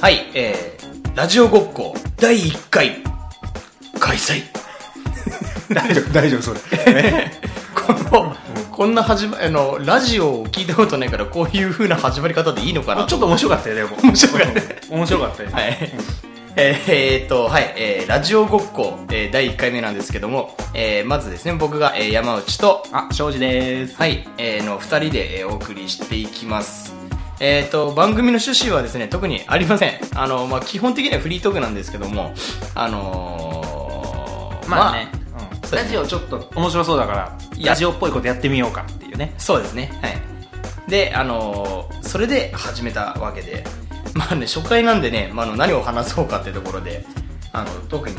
はい、えー、ラジオごっこ第1回開催大丈夫大丈夫 それこの、こんな始まあのラジオを聞いたことないからこういう風な始まり方でいいのかなちょっと面白かったよでも面白かったねうん面白かったよ、はい。えーえーっと、はい、えーラジオごっこ、えー第1回目なんですけども、えーまずですね、僕が、えー山内と、あ庄司ですはい、えーの2人で、えーお送りしていきます。えーっと、番組の趣旨はですね、特にありません。あの、まあ、基本的にはフリートークなんですけども、あのーまあね、うんそうですねラジオちょっと面白そうだからいやラジオっぽいことやってみようかっていうねそうですねはいであのーそれで始めたわけで まあね初回なんでね、まあ、あの何を話そうかってところであの特に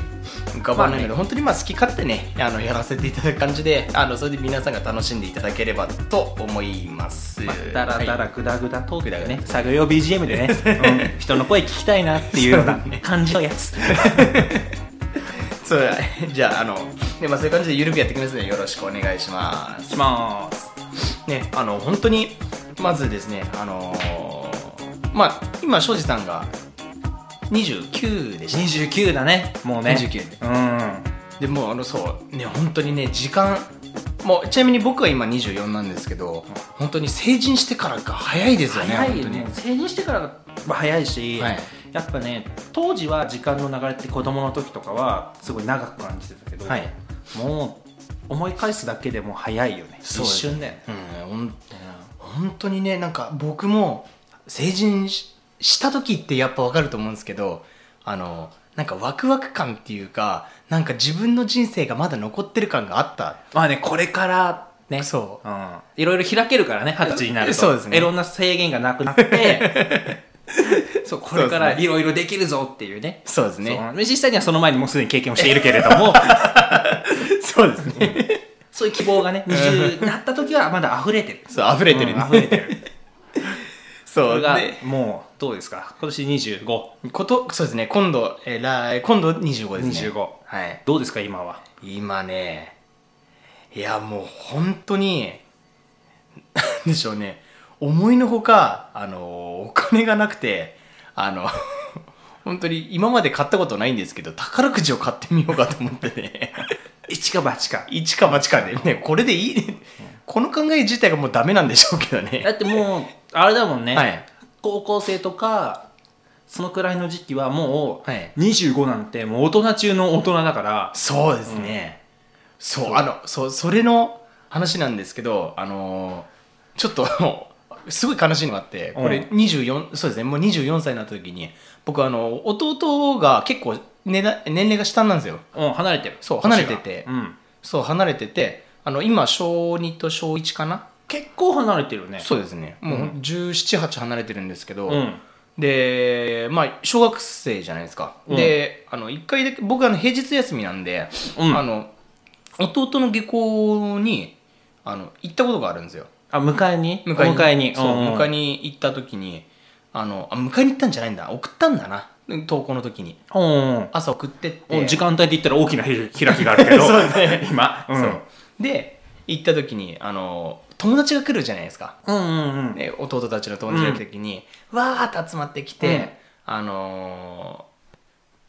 浮かばないので、まあね本当にまあ好き勝手ねあのやらせていただく感じであのそれで皆さんが楽しんでいただければと思います、まあだらだはらいぐだぐだトークだよねぐだぐ作業用 BGM で ね、うん人の声聞きたいなっていうようなそうだね感じのやつそう じゃああの、ねまあ、そういう感じでゆるくやっていきますねよろしくお願いしますしまーすね、あの本当にまずですね、あのーまあ、今庄司さんが29でした29だねもうね29うんでもうあのそうね本当にね時間もうちなみに僕は今24なんですけど本当に成人してからが早いですよね早本いよ当にね成人してからは早いし、はいやっぱね当時は時間の流れって子供の時とかはすごい長く感じてたけど、はいもう思い返すだけでも早いよねそうで一す瞬だよねうんほん本当にねなんか僕も成人しした時ってやっぱわかると思うんですけどあのなんかワクワク感っていうかなんか自分の人生がまだ残ってる感があったまあねこれからね、そうん、いろいろ開けるからね二十歳になるとそうですねいろんな制限がなくなって そうこれからそうですねいろいろできるぞっていうねそうですねそう実際にはその前にもうすでに経験をしているけれど も そうですねそういう希望がね20になった時はまだ溢れてるそう溢れてる、うん溢れてるそそうれがでもうどうですか今年25ことそうですね今度、えー、来今度25ですね25はいどうですか今は今ねいやもう本当になんでしょうね思いのほかあのお金がなくてあの 本当に今まで買ったことないんですけど宝くじを買ってみようかと思ってね一か八か一か八かでねこれでいい、この考え自体がもうダメなんでしょうけどだねってもうあれだもんね、はい高校生とかそのくらいの時期はもう、はい25なんてもう大人中の大人だからそうですね、そうあのそうそれの話なんですけどあのーちょっと すごい悲しいのがあってこれう24そうですねもう24歳になった時に僕あの弟が結構年代年齢が下なんですようん離れてるそう年が離れててうん、そう離れててあの今小2と小1かな結構離れてるねそうですねもう1718離れてるんですけど、うんでまあ小学生じゃないですか、うんであの一回だけ僕あの平日休みなんで、うんあの弟の下校にあの行ったことがあるんですよあ迎えに迎えにおにそううん迎えに行った時にあのあ迎えに行ったんじゃないんだ送ったんだな登校の時にうん朝送ってってうん時間帯で言ったら大き な開きがあるけどそうですね今、うん、そうで行った時にあの友達が来るじゃないですかうんうんうんね、弟たちの友達が来た時に、わーって集まってきて、うんあのー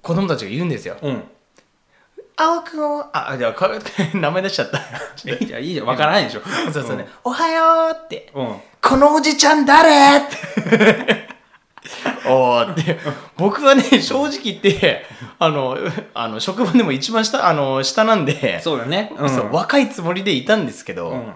子供たちが言うんですようん「青くんをあじゃあか 名前出しちゃったいいじゃんいいじゃんわからないでしょ そうそうね、おはよう」ってうんうん「このおじちゃん誰?」って おーって僕はね正直言ってあのあの職場でも一番下あの下なんでそうだね。うん。そう若いつもりでいたんですけど、うん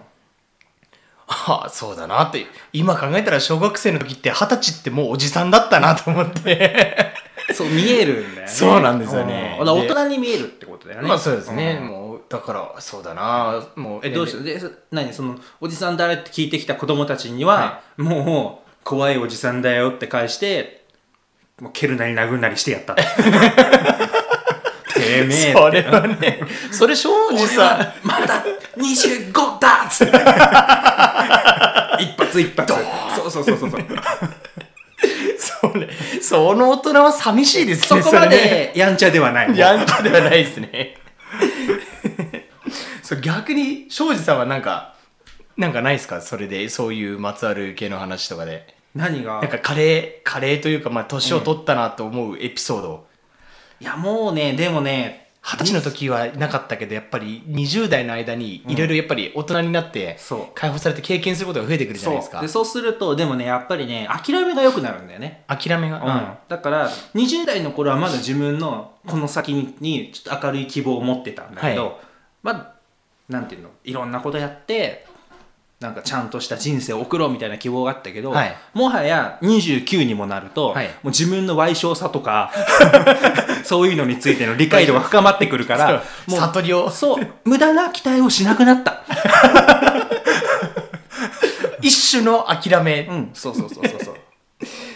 ああそうだなって今考えたら小学生の時って二十歳ってもうおじさんだったなと思ってそう、見えるんだよね。そうなんですよねうんだから大人に見えるってことだよね。まあそうですね、ん。もうだからそうだなもうえ、どうしたたで、そ何その、おじさん誰って聞いてきた子供たちにはは、もう、怖いおじさんだよって返して、もう蹴るなり殴るなりしてやったって。てめえ。それはねそれ庄司さまだ25だっつって。 一発一発。そうそうそうそうそう。んそれその大人は寂しいですそねこまれねでやんちゃでは ない。やんちゃではないですね そう逆に庄司さんはなんかなんかないですかそれでそういうまつわる系の話とかで何がなんかカレーカレーというかまあ年を取ったなと思うエピソードいやもうねでもね二十歳の時はなかったけどやっぱり20代の間にいろいろやっぱり大人になってそう解放されて経験することが増えてくるじゃないですそうかでそうするとでもねやっぱりね諦めが良くなるんだよね諦めうん、がだから20代の頃はまだ自分のこの先ににちょっと明るい希望を持ってたんだけど、はいまあなんていうのいろんなことやってなんかちゃんとした人生を送ろうみたいな希望があったけど、はいもはや29にもなると、はいもう自分の賠償さ とかそういうのについての理解度が深まってくるかうんらそうもう悟りをそう無駄な期待をしなくなった一種の諦めうん、そうそうそう そうそう。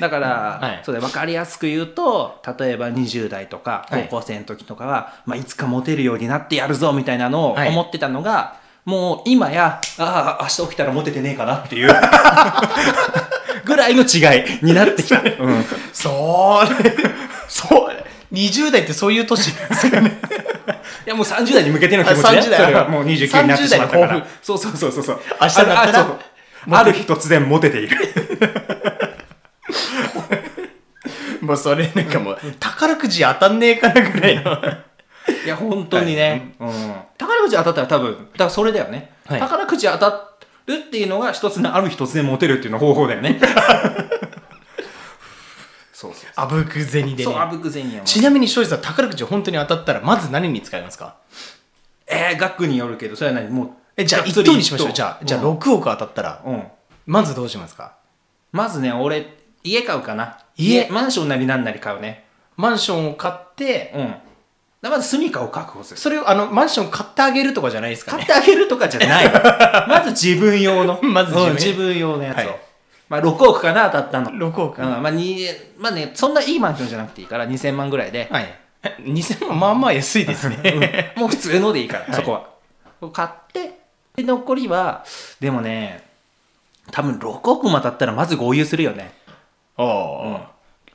だから、はいそうだ分かりやすく言うと例えば20代とかはい高校生の時とかは、いまあ、いつかモテるようになってやるぞみたいなのをはい思ってたのが、もう今やああ明日起きたらモテてねえかなって いうぐらいの違いになって きた、うんそうそう20代ってそういう年ですかねいやもう30代に向けての気持ちあね30代それはもう29になってしまったか30代のら抱そうそうそうそうそう明日だったらあるあそうある日突然モテているもうそれなんかもう宝くじ当たんねえかなぐらいのいや本当にね、うん、宝くじ当たったら多分だからそれだよね、はい宝くじ当たるっていうのが一つのある日突然モテるっていうの方法だ よねそうそうあぶく銭でそうあねぶく銭やもんちなみに庄司さん宝くじ本当に当たったらまず何に使いますかえー、額によるけどそれは何もうえじゃあがっつ1り等にしましょうじゃあじゃあうん6億当たったらうんまずどうしますかまずね俺家買うかな家マンションなりなんなり買うねマンションを買ってうんだからまず住みかを確保するそれをあのマンション買ってあげるとかじゃないですか買っねてあげるとかじ ゃないまず自分用のまず自分うん自分用のやつを、はいまあ6億かな当たったの6億うんまあ、にまあねそんないいマンションじゃなくていいから2000万ぐらいで、はい2000万まあまあ安いですねもう普通のでいいから、いそこはこう買ってで残りはでもね多分6億も当たったらまず合流するよねおうおう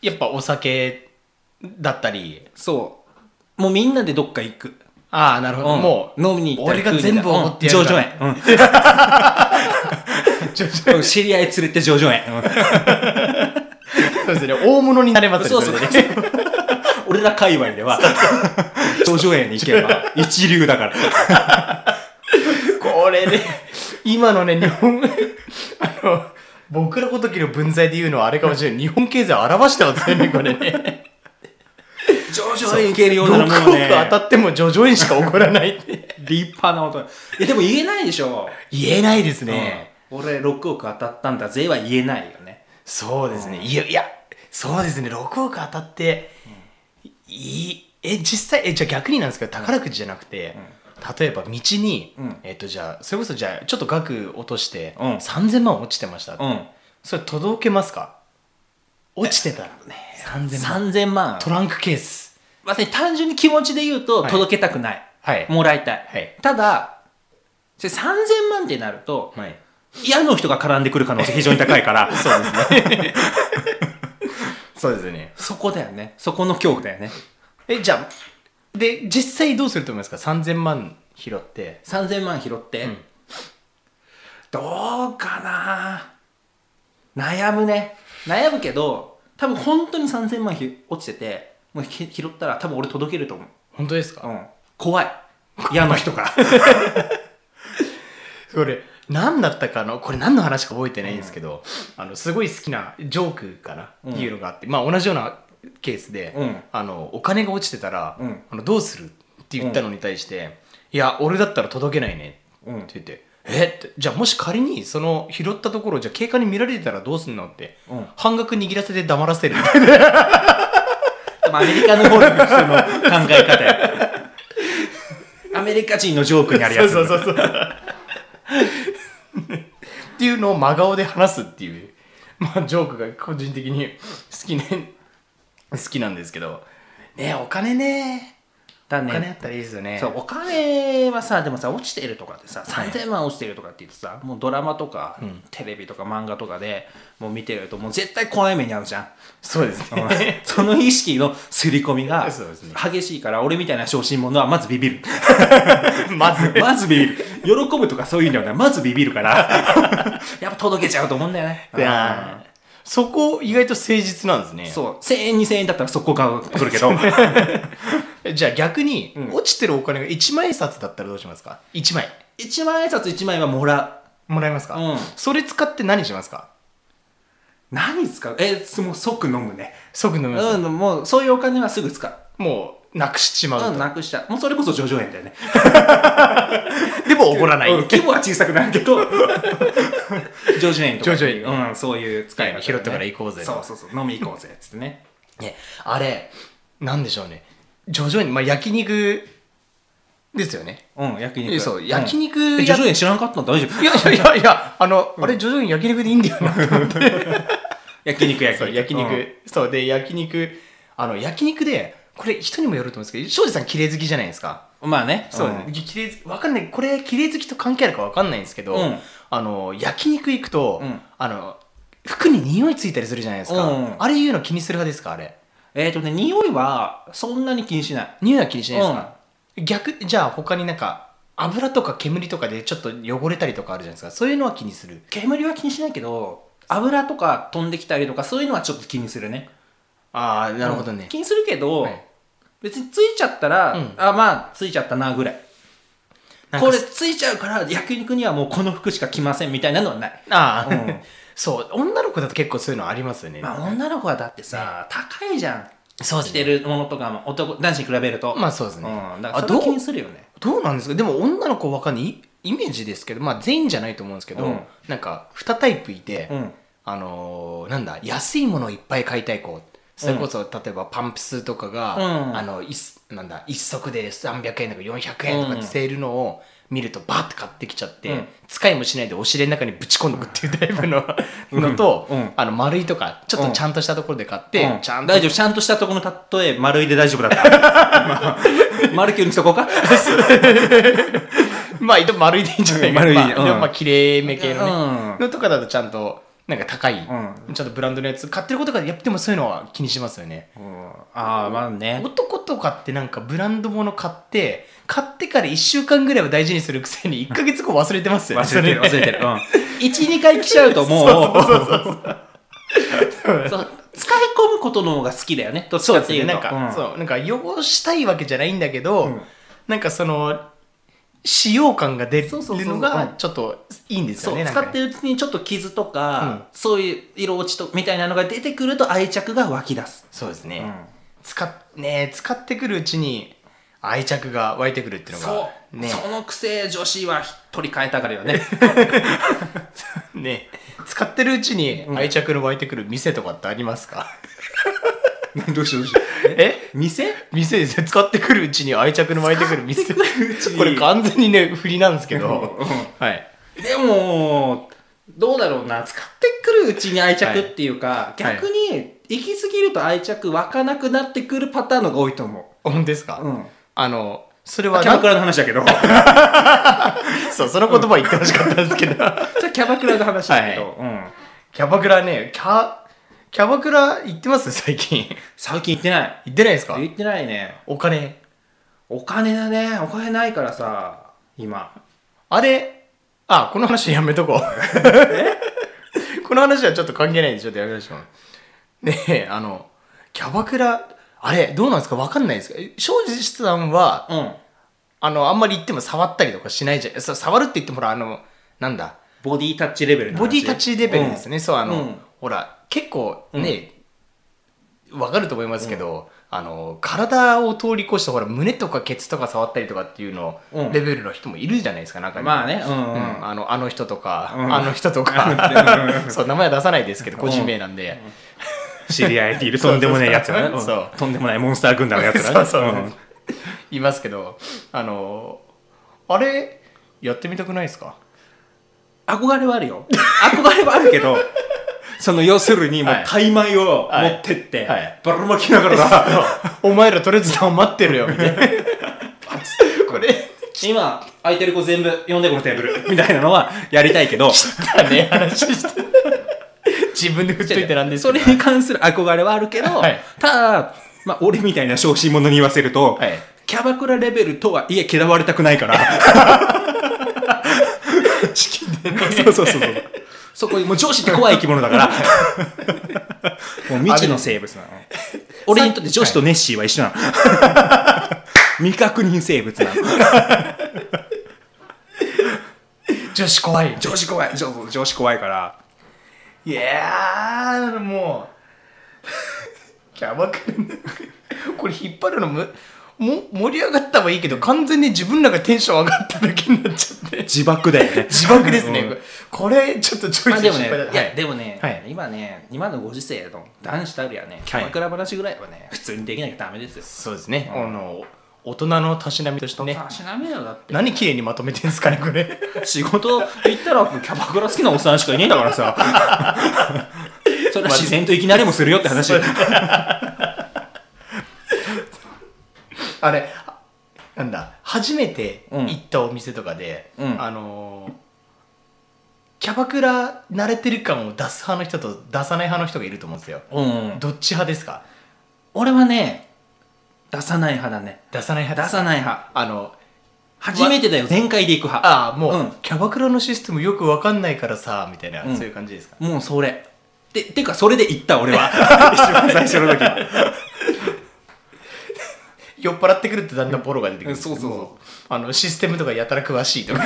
やっぱお酒だったりそうもうみんなでどっか行く、ああなるほど、うんもう飲みに行ったり俺が全部おごってやる上か場ら園、うん うん知り合い連れて上場園、うんそうですね大物になれますねそうそう れでね俺ら界隈では上場園に行けば一流だからこれね、今のね、日本、あの、僕のごときの文在で言うのはあれかもしれない。日本経済を表してますよね、これね。上場園行けるような6らも億うね当たっても叙々苑しか起こらないって。立派な音いやでも言えないでしょ言えないですね。うん俺6億当たったんだぜは言えないよねそうですね。いや、いや、そうですね。6億当たって、いい、え、実際、え、じゃあ逆になんですけど、宝くじじゃなくて、例えば道に、うんえっとじゃあそれこそじゃあちょっと額落として、うん3000万落ちてました、うんそれ届けますか落ちてたらね3000万3000万トランクケースまあね単純に気持ちで言うとはい届けたくない、はいもらいたい、はいただそれ3000万ってなるとはい嫌の人が絡んでくる可能性非常に高いから そうですねそうですね そこだよねそこの恐怖だよねえじゃあで実際どうすると思いますか3000万拾って3000万拾って、うんどうかな悩むね悩むけど多分本当に3000万ひ落ちててもうひ拾ったら多分俺届けると思う本当ですか、うん、怖い嫌な人が これ何だったかのこれ何の話か覚えてないんですけど、あのすごい好きなジョークかな、うんいうのがあってまあ同じようなケースで、うんあのお金が落ちてたら、うんあのどうするって言ったのに対して、いや俺だったら届けないねうんって言って、えってじゃあもし仮にその拾ったところをじゃあ警官に見られてたらどうすんのって、うん半額握らせて黙らせるでもアメリカの方の人の考え方 やアメリカ人のジョークにあるやつそうそうそうそうっていうのを真顔で話すっていう、まあ、ジョークが個人的に好き,、ね、好きなんですけどねお金ねだお金あねったらいいですよねそうお金はさでもさ落ちてるとかってさ3000万落ちてるとかって言ってさもうドラマとか、テレビとか漫画とかでもう見てるともう絶対怖い目に遭うじゃんそうですね その意識の刷り込み がそうですね激しいから、俺みたいな小心者はまずビビる ま ずまずビビる喜 ぶとかそういうんではないまずビビるからやっぱ届けちゃうと思うんだよねいやーそこ意外と誠実なんですねそう1000円2000円だったらそこが来るけ どじゃあ逆に、うん落ちてるお金が1万円札だったらどうしますか1枚1万円札1万円はもらもらえますか、うんそれ使って何しますかう何使うえもう即飲むね即飲みます、うんもうそういうお金はすぐ使うもうなくしちまうと、うん、なくした。もうそれこそ叙々苑だよね。でも怒らない、うん規模は小さくなるけど、 叙々苑とか。叙々苑うん、そういう使い方、ね。拾ってから行こうぜそうそうそう、飲み行こうぜ、つってね。ね、あれなんでしょうね徐々に、まあ、焼肉ですよねうん、焼え肉。そう焼肉うやん。え叙々苑知らんかったの大丈夫いやいやいやいやあの、あれ徐々に焼肉でいいんだよなと思って焼肉焼 そう肉。焼肉、うんそうで焼肉あの焼肉でこれ人にもよると思うんですけど庄司さん綺麗好きじゃないですかまあね。そう、ん綺麗好きわかんないこれ綺麗好きと関係あるかわかんないんですけど、うんあの焼肉行くと、うんあの服に匂いついたりするじゃないですか、うんあれ言うの気にする派ですかあれえっとね、匂いはそんなに気にしない。匂いは気にしないですか、逆じゃあ他になんか油とか煙とかでちょっと汚れたりとかあるじゃないですかそういうのは気にする煙は気にしないけど、油とか飛んできたりとか、そういうのはちょっと気にするね。ああなるほどね、気にするけどはい、別についちゃったらうん、あ、まあ、ついちゃったな、ぐらい。なんかこれついちゃうから焼肉にはもうこの服しか着ませんみたいなのはない、ああ、うん そう女の子だと結構そういうのありますよね、まあ、女の子はだってさ、高いじゃんそうで着すてねるものとかも男男子に比べると、まあそうですね、うん、だからあどそれはう気にするよねどうなんですかでも女の子わかんないイイメージですけどまあ全員じゃないと思うんですけど、うんなんか2タイプいて、うんあのーなんだ安いものをいっぱい買いたい子それこそ、例えばパンプスとかが、うんあのいっなんだ一足で300円とか400円とかうっんてセールのを見るとバーって買ってきちゃって、うん使いもしないでお尻の中にぶち込んでくっていうタイプののと、 うんあの丸いとかちょっとちゃんとしたところで買って、うんちゃんと大丈夫ちゃんとしたところの例え丸いで大丈夫だった 丸球にしとこうかまあ、一応丸いでいいんじゃないかうん丸いまあうんでもまあ、綺麗め 系のね、うんのとかだとちゃんと、なんか高い、うちゃんとブランドのやつ買ってることがやってもそういうのは気にしますよね。うんああまあね男とかってなんかブランド物買って、買ってから1週間ぐらいは大事にするくせに、1ヶ 月後 忘れてますよね。忘れてる忘そ れてる、うん、12回来ちゃうともうそう使い込むことの方が好きだよねどっちかっていれうとなんか、んそう、なんか汚したいわけじゃないんだけど、うんなんかその、使用感が出るそうそうそうのうんがちょっといいんですそよう、ね。なん使かっねてるうちにちょっと傷とか、うんそういう色落ちとみたいなのが出てくると愛着が湧き出す、そうですね。使っね使ってくるうちに愛着が湧いてくるっていうのそがう、ねそのくせ女子は取り替えたからよねね使ってるうちに愛着の湧いてくる店とかってありますか、 どうしようどうしようえ店店ですね使ってくるうちに愛着の湧いてくる店使ってくるうち にこれ完全にね振りなんですけど、うんはいでもどうだろうな使ってくるうちに愛着っていうか、い逆に行き過ぎると愛着湧かなくなってくるパターンのが多いと思本当ですか、う、うん、あのそれキはャバクラの話だけど そそうその言葉は言ってほしかったんですけどれはキャバクラの話だけど、うん、キャバクラねキャキャバクラ行ってます最近最近行ってない行ってないですか行ってないねお金お金だねお金ないからさ今あれ、あ、この話やめとこう。 この話はちょっと関係ないんで、ちょっとやめましょう。ねえ、あの、キャバクラ、あれ、どうなんですかわかんないですかえ庄司さんは、うんあの、あんまり言っても触ったりとかしないじゃん。そう触るって言ってもほら、あの、なんだ、ボディタッチレベルの話ボディタッチレベルですね。そう、あの、うんほら、結構ね、わかると思いますけど、あの、体を通り越して、ほら、胸とかケツとか触ったりとかっていうの、うんレベルの人もいるじゃないですか、なんかうにんまあねうんうん、うん、あのあの人とか、うんあの人とか そう名前は出さないですけど個人名なんで、知り合いでいるそうとんでもないやつらねそうそううんとんでもないモンスター軍団のやつらねそうそう、んいますけどあのあれやってみたくないですか憧れはあるよ憧れはあるけど その要するにもうはい大枚をはい持ってって、はいばらまきながらさお前らとりあえずさん待ってるよみたいなこれ 今空いてる子全部呼んでこのテーブルみたいなのはやりたい けどだね話して自分で振っといてなんですそけどれに関する憧れはあるけど、はいただ、まあ、俺みたいな小心者に言わせると、はいキャバクラレベルとはいえ嫌われたくないからチキンでねそうそうそうそうそこにもう上司って怖い生き物だからもう未知の生物なの俺にとって上司とネッシーは一緒なの未確認生物なの女子怖い上司怖い上上司怖いからいやーもうキャバクラのこれ引っ張るのむも盛り上がったはいいけど完全に自分らがテンション上がっただけになっちゃって自爆だよね自爆ですね、うんこれこれちょっとチョイまあスで 失もね、敗だ、い、やでもね、はい今ね今のご時世の男子たるやねキはいャバクラ話ぐらいはね普通にできなきゃダメですよそうですね、うんあの大人のたしなみとしてねたしなめよだって何綺麗にまとめてんすかねこれ 仕事行ったらキャバクラ好きなおっさんしかいねえんだから さそれは自然といきなりもするよって話あれなんだ初めて行ったお店とかで、うんあのーキャバクラ慣れてる感を出す派の人と出さない派の人がいると思うんですようんどっち派ですか俺はね出さない派だね出さない出派ですかさない派あの初めてだよ全開で行く派ああもう、うんキャバクラのシステムよくわかんないからさみたいな、うんそういう感じですかもうそれててかそれで行った 俺は一番最初の時は酔っ払ってくるとだんだんボロが出てくるんですけど、うんそうそうそうもあのシステムとかやたら詳しいとか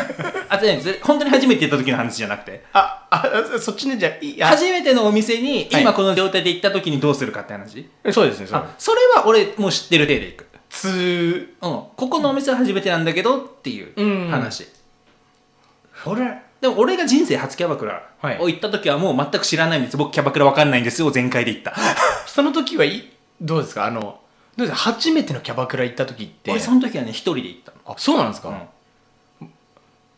あとねそれ本当に初めて行った時の話じゃなくてああそっちねじゃいいあ初めてのお店にはい今この状態で行った時にどうするかって話、そうですねそうあそれは俺もう知ってる体で行くつうん、ここのお店は初めてなんだけどっていう話、それでも俺が人生初キャバクラはいを行った時はもう全く知らないんです僕キャバクラわかんないんですよ全開で行ったその時はいどうですかあのどうですか初めてのキャバクラ行った時って俺その時はね一人で行ったのあそうなんですか、うん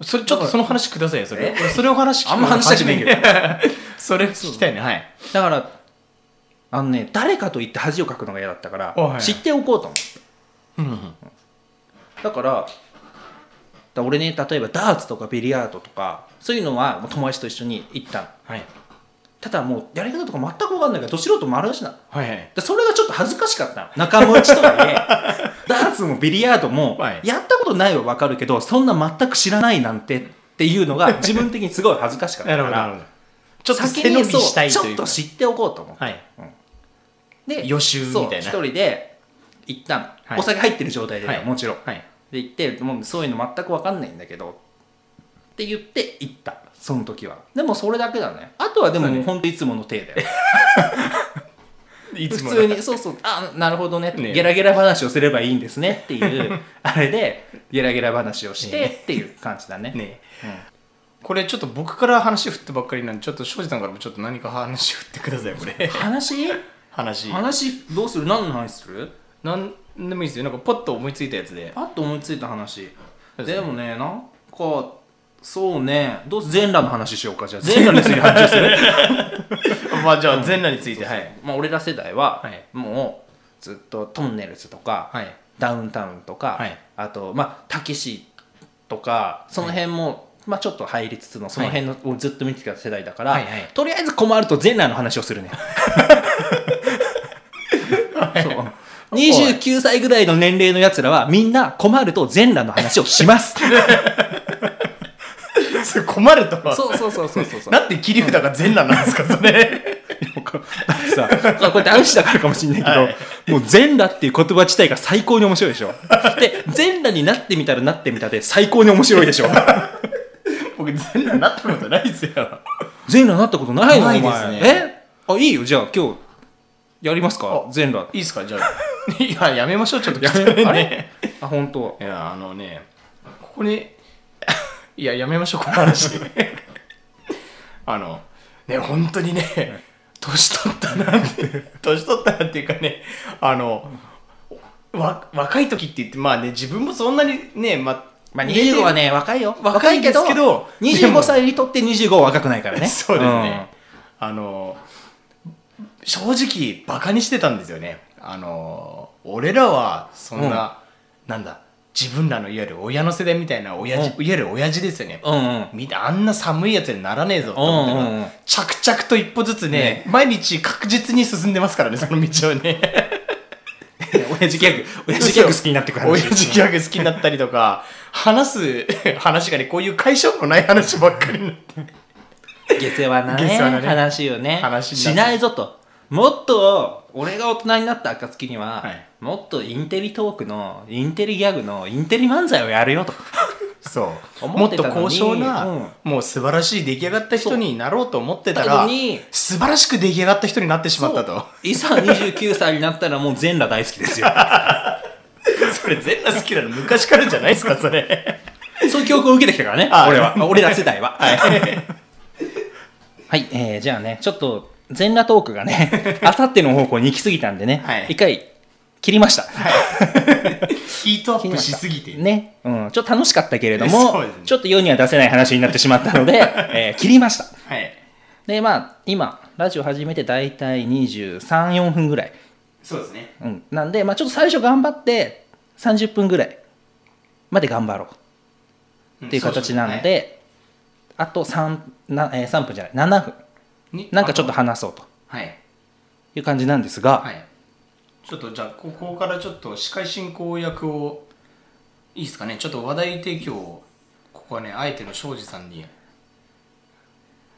それちょっとその話くださいよそれえ俺それお話聞くのあんま話したくないけど初めてそれ聞きたいねはいだからあのね誰かと行って恥をかくのが嫌だったから、あはい知っておこうと思ってうんうんだからだから俺ね例えばダーツとかビリヤードとかそういうのはもう友達と一緒に行ったのはいただもうやり方とか全く分かんないからど素人丸出しなのはいはいでそれがちょっと恥ずかしかったの仲間内とかで ダーツもビリヤードもはいやったことないは分かるけどそんな全く知らないなんてっていうの が自分的にすごい恥ずかしかったなかるほどなるらほどちょっと先背に伸びそうしたいちといょっうかと知っておこうと思って、はいで予習みたいなそう一人で行ったの、はいお酒入ってる状態でね、はいもちろんはいで行ってもうそういうの全く分かんないんだけどって言って行ったその時はでもそれだけだねあとはでもそうもねう本当いつもの手だよ い普つも通にそうそうあなるほどねねゲラゲラ話をすればいいんですねっていう あれでゲラゲラ話をしてっていう感じだねねこれちょっと僕から話振ってばっかりなんでちょっと庄司さんからもちょっと何か話振ってくださいこれ話話 話どうする何の話するなんでもいいですよなんかパッと思いついたやつでパッと思いついた話そうですねでもねなんかそうねどうす全裸の話しよう かじゃあ全裸について話するまあじゃあ全裸についてはいまあ俺ら世代ははいもうずっとトンネルズとか、はいダウンタウンとか、はいあとまあたけしとかその辺も、まあちょっと入りつつのその辺のをずっと見てきた世代だから、はいはいとりあえず困ると全裸の話をするね、 そう29歳ぐらいの年齢のやつらはみんな困ると全裸の話をします それ困るとは そうそうそうそうそうそうなんで切り札が全裸なんですかそ れさ あこれ男子だからかもしれないけど、はいもう全裸っていう言葉自体が最高に面白い でしょで全裸になってみたらなってみたで最高に面白いで しょ僕全裸になったことないですよ全裸なったことないのないお前ですえあいいよじゃあ今日やりますかあ全裸いいですかじゃあ いややめましょうちょっとやめあれあ本当 いやあのねここに いややめましょうこの話 あのね本当にね年取ったなって年取ったなっていうかねあのわ若い時って言ってまあね自分もそんなにねままあ25はね若いよ若いけど若いんですけど25歳にとって25は若くないから ねそうですね、あの正直バカにしてたんですよねあの俺らはそんな、なんだ自分らのいわゆる親の世代みたいな親父、いわゆる親父ですよね、うんうんうんみんなあんな寒いやつにならねえぞと思ったら、うんうんうん着々と一歩ずつね毎日確実に進んでますからねその道をね 親父ギャグ親父ギャグ好きになってくる親話父ギャグ好きになったりとか話す話がねこういう解消のない話ばっかりになって下世話な、ね、下世話なね話をね話になっしないぞともっと俺が大人になった暁には、はいもっとインテリトークのインテリギャグのインテリ漫才をやるよとそう思もっってとたのに高尚な、うんもう素晴らしい出来上がった人になろうと思ってたそうならのに素晴らしく出来上がった人になってしまったと いざ29歳になったらもう全裸大好きですよ それ全裸好きなの昔からじゃないですかそれそういう教訓を受けてきたからねあ俺は はい俺ら世代ははい、えーじゃあねちょっと全裸トーク がねあさっての方向に行き過ぎたんでね、はい一回切りました、ヒートアップしすぎてね、うん、ちょっと楽しかったけれどそも、うですねちょっと世には出せない話になってしまったので、えー切りました。はいで、まあ、今、ラジオ始めて大体23、4分ぐらい。そうですねうん、なんで、まあ、ちょっと最初頑張って、30分ぐらいまで頑張ろうっていう形なので、あと 3, な、えー3分じゃない、7分、なんかちょっと話そうとはいいう感じなんですが、はいちょっとじゃあここからちょっと司会進行役をいいですかねちょっと話題提供をここはねあえての庄司さんに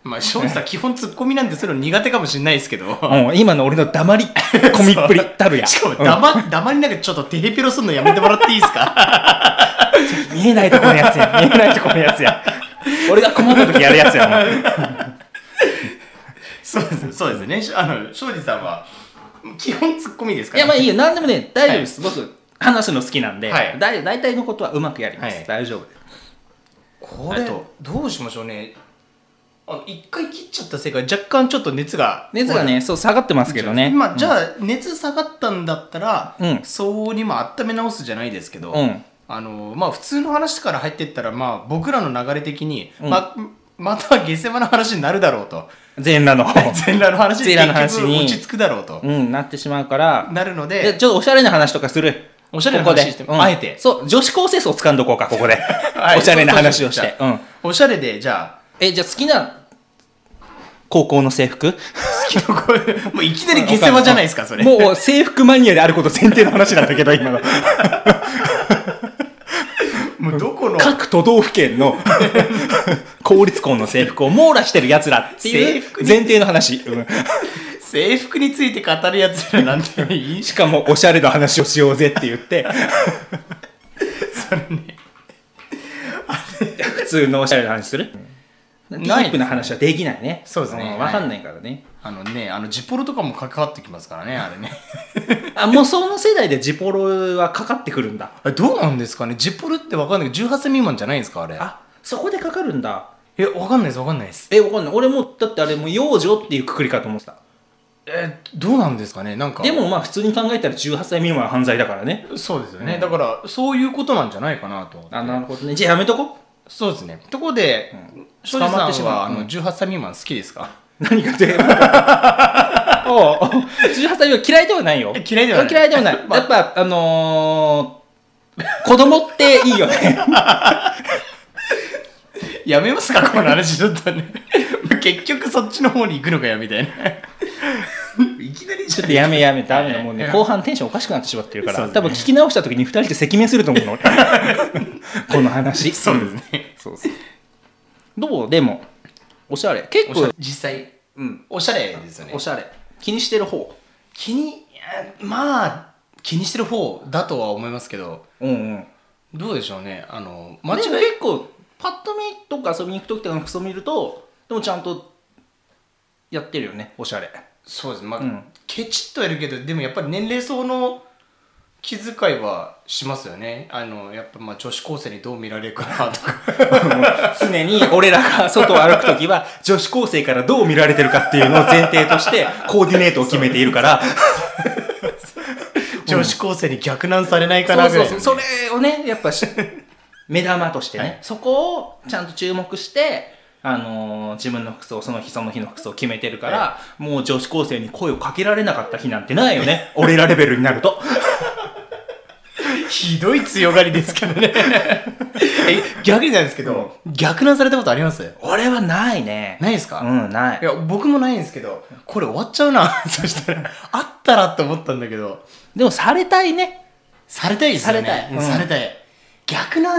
まあ庄司さん基本ツッコミなんでそういうの苦手かもしれないですけどうん今の俺の黙り、込みっぷりたるや。しかもうん黙,、 黙りながらちょっとテヘペロするのやめてもらっていいですか見えないとこのやつや 見えないとこのやつや俺が困った時やるやつやも そうですそうですねしあの庄司さんは基本ツッコミです いから、やまあいいよよ何でもね大丈夫です、僕話すの好きなんで、はいだい、大体のことはうまくやります、はい大丈夫ですこあれとどうしましょうねあの一回切っちゃったせいか若干ちょっと熱が熱がねそう下がってますけどねまあ、じゃあ熱下がったんだったら、うん相応にまあ温め直すじゃないですけど、うんあのまあ、普通の話から入っていったら、まあ、僕らの流れ的に、うんままた下世話の話になるだろうと全裸 の全裸の話に全裸の話結に局落ち着くだろうと、うんなってしまうからなるのででちょっとおしゃれな話とかするおしゃれなここで話してうんあえてそう女子高生層掴んどこうかここ で、いおしゃれな話をしそうてしましう、ん、おしゃれでじゃあえじゃあ好きな高校の制服好きな声 もういきなり 下世話じゃないですかそれもう制服マニアであること前提の話なんだけ ど今のもうどこの各都道府 県の公立校の制服を網羅してるやつらってい制う服に前提の話、うん制服について語るやつらなんていいしかもおしゃれの話をしようぜって言って普通のおしゃれの話するディないープな話はできないねそうですねんわかんないからね、あのねあのジポロとかも関わってきますからねあれねあもうその世代でジポロはかかってくるんだあれどうなんですかねジッポルってわかんないけど18歳未満じゃないんですかあれあそこでかかるんだえわかんないですわかんないですえわかんない俺もだってあれもう幼女っていうくくりかと思ってたえどうなんですかねなんかでもまあ普通に考えたら18歳未満は犯罪だからねそうですよね、だからそういうことなんじゃないかなと思ってあなるほどねじゃあやめとこうそうですねところでん庄司、捕まってさしんまうはあうのん18歳未満好きですか、 何かって。 おうおう18歳は嫌いではないよ。え嫌いではない嫌いではない。 まあやっぱ、あのー、子供っていいよ ね。やめますかこの話ちょっとね 結局そっちの方に行くのかよみ たいないきなりちょっとやめやめ、ダメだ。はいもはうね、い後半テンションおかしくなってしまってるかそうら、ですね多分聞き直した時に二人で赤面すると思うの。 俺この話。そうですねうん。そうそうどうでも、おしゃれ。結おしゃ構れ、実際うん、おしゃれですよねおしゃれ。気にしてる方。気にあまあ気にしてる方だとは思いますけどうんうん。どうでしょうねあの間間違違いい結構パッと見とか遊びに行く時とかの服装見るとでもちゃんとやってるよねおしゃれ そうですまあ、うんケチっとはやるけどでもやっぱり年齢層の気遣いはしますよねあのやっぱまあ女子高生にどう見られるかなとか常に俺らが外を歩く時は女子高生からどう見られてるかっていうのを前提としてコーディネートを決めているから女子高生に逆難されないそかうなぐそらういそうそれをねやっ ぱし目玉としてね、はいそこをちゃんと注目してあのー自分の服装その日その日の服装を決めてるから、もう女子高生に声をかけられなかった日なんてないよ ね俺らレベルになるとひどい強がりですけど ねえ逆になんですけど、逆難されたことあります俺はないねないですか、いうんないや僕もないんですけどこれ終わっちゃうな そしたらあったらと思ったんだけどでもされたいね。されたいですよねされたいうんされたい逆な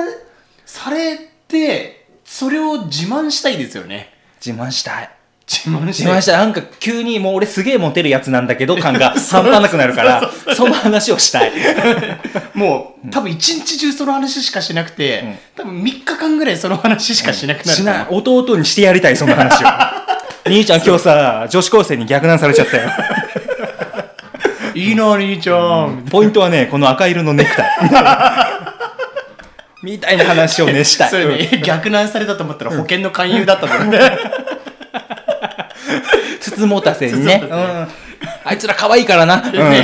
されてそれを自慢したいですよね自慢したい自慢して自慢したいなんか急にもう俺すげえモテるやつなんだけ ど感が半端なくなるからその話をしたいもう、多分一日中その話しかしなくて、多分3日間ぐらいその話しかしなくなる しとな思う、弟にしてやりたいその話 を兄ちゃん今日さ女子高生に逆難されちゃったよいいな兄ちゃん、ポイントはねこの赤色のネクタイ みたいな話をねしたいそれうんね、逆難されたと思ったら保険の勧誘だったもんね、つつもたせにねつつもたせうんあいつら可愛いからな、うんでも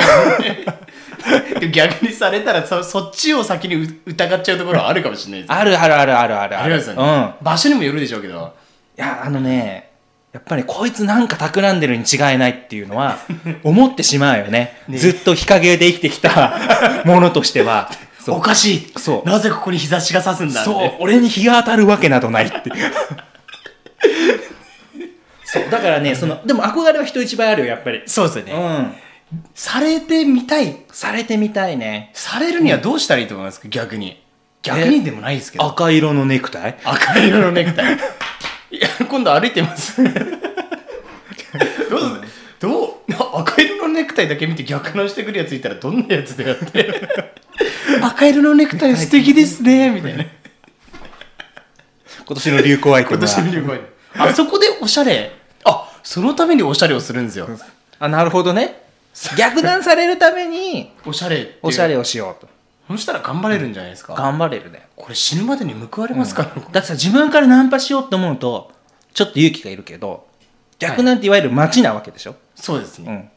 逆にされたらそそっちを先にう疑っちゃうところはあるかもしれないですよあるあるあるあるあるあありるますようんね、場所にもよるでしょうけどいやあのねやっぱりこいつなんか企んでるに違いないっていうのは 思ってしまうよねねずっと日陰で生きてきた ものとしてはそおうかしいそうなぜここに日差しが差すんだそう俺に日が当たるわけなどないって そうだからねそのでも憧れは人一倍あるよやっぱりそうですよね、うんされてみたいされてみたいねされるにはどうしたらいいと思いますか逆に逆にでもないですけど赤色のネクタイ赤色のネク タイいや今度歩いてますどうどう赤色のネクタイだけ見て逆のしてくるやついたらどんなやつだよって 赤色のネクタイ素敵ですねみたいな今年の流行アイテ今ム年のは流行語あそこでおしゃれあそのためにおしゃれをするんですよあなるほどね逆断されるため におしゃれっていうおしゃれをしようとそしたら頑張れるんじゃないですか、頑張れるねこれ死ぬまでに報われますから、だってさ自分からナンパしようって思うとちょっと勇気がいるけど逆なんていわゆる街なわけでしょ、 そうですね、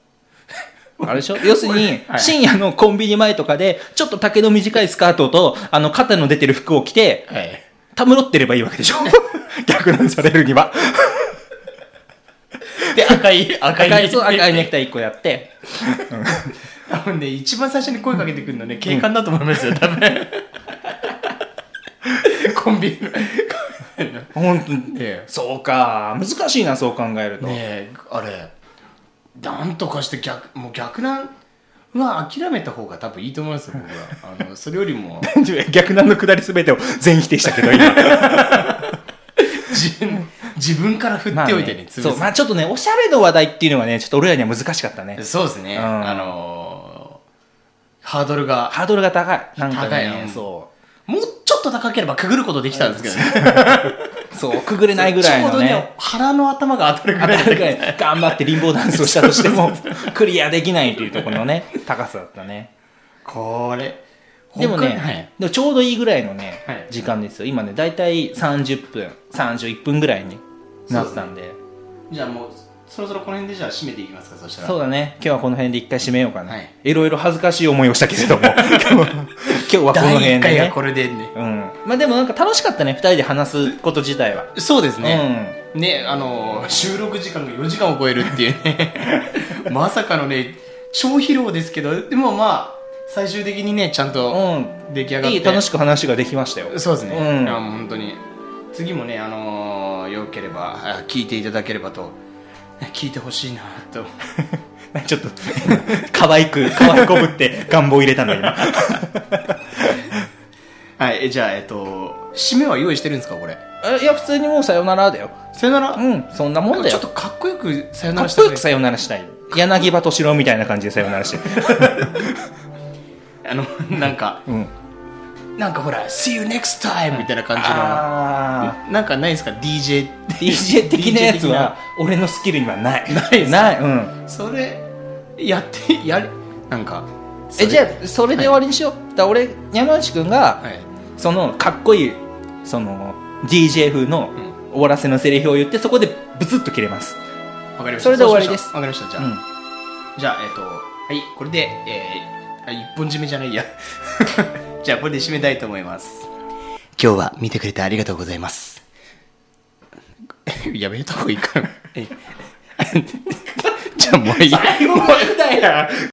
うんあれでしょ要するに、はい深夜のコンビニ前とかでちょっと丈の短いスカートとあの肩の出てる服を着てはいたむろってればいいわけ でしょ逆なんされるにはで赤い赤い赤いそう赤いネクタイ1個やって多分ね一番最初に声かけてくるのね警官だと思います よ多分コンビニの本当に、ええそうか難しいなそう考えると、ねえあれなんとかして逆もう逆なんは諦めた方が多分いいと思いますよ僕はあのそれよりも 逆なんの下り全てを全否定したけど 今自分自分から振っておいてね,、潰すそうまあちょっとねおしゃれの話題っていうのはねちょっと俺らには難しかったねそうですね、うんあのーハードルがハードルが高いなんか高いねなそもうちょっと高ければくぐることできたんですけどねうそうくぐれないぐらいちょうのどねね腹の頭が当たるぐ当らいたるぐらい頑張ってリンボーダンスをしたとしてもクリアできないというところのね高さだったねこれでもね、他はいでもちょうどいいぐらいのね、はい時間ですよ今ね大体30分31分ぐらいになったんでそうじゃあもうそろそろこの辺でじゃあ締めていきますかそしたらだね今日はこの辺で一回締めようかな、、はいろいろ恥ずかしい思いをしたけ れども今日は今日はこの辺第で、 1回はねこれでねうん、まあでもなんか楽しかったね2人で話すこと自体は、そうですね、ねあのー収録時間が4時間を超えるっていう ねまさかのね超疲労ですけどでもまあ最終的にねちゃんうとん、出来う上ん、がって、いい楽しく話ができましたよ そうですね、うんいやもう本当に次もねあのー、よければあ聞いていただければと聞いてほしいなとちょっと可愛く可愛こぶって願望入れたの今はいえじゃあえっと締めは用意してるんですかこれ えいや普通にもうさよならだよさよなら、うんそんなもんだちょよっとかかっっこよくさよならしこたよくさよならしたい柳葉敏郎みたいな感じでさよならしてあのなんか うん なんかほら「See you next time」みたいな感じのあなんかないですか DJ あ DJ 的なやつは俺のスキルにはないないない、うん、それやってやるなんかえじゃゃあそれで終わりにしよう、だから俺山内くんが、はいそのかっこいいその DJ 風のん終わらせのセリフを言ってそこでブツッと切れます、わかりましたそれで終わりですそうしましょうわかりましたじゃあ、うんじゃあ、えっと、はい、これで、えー、あ、一本締めじゃないや。 じゃあ、これで締めたいと思います。今日は見てくれてありがとうございます。 やめた方がいいかな。え じゃあ、もういい。最後までだよ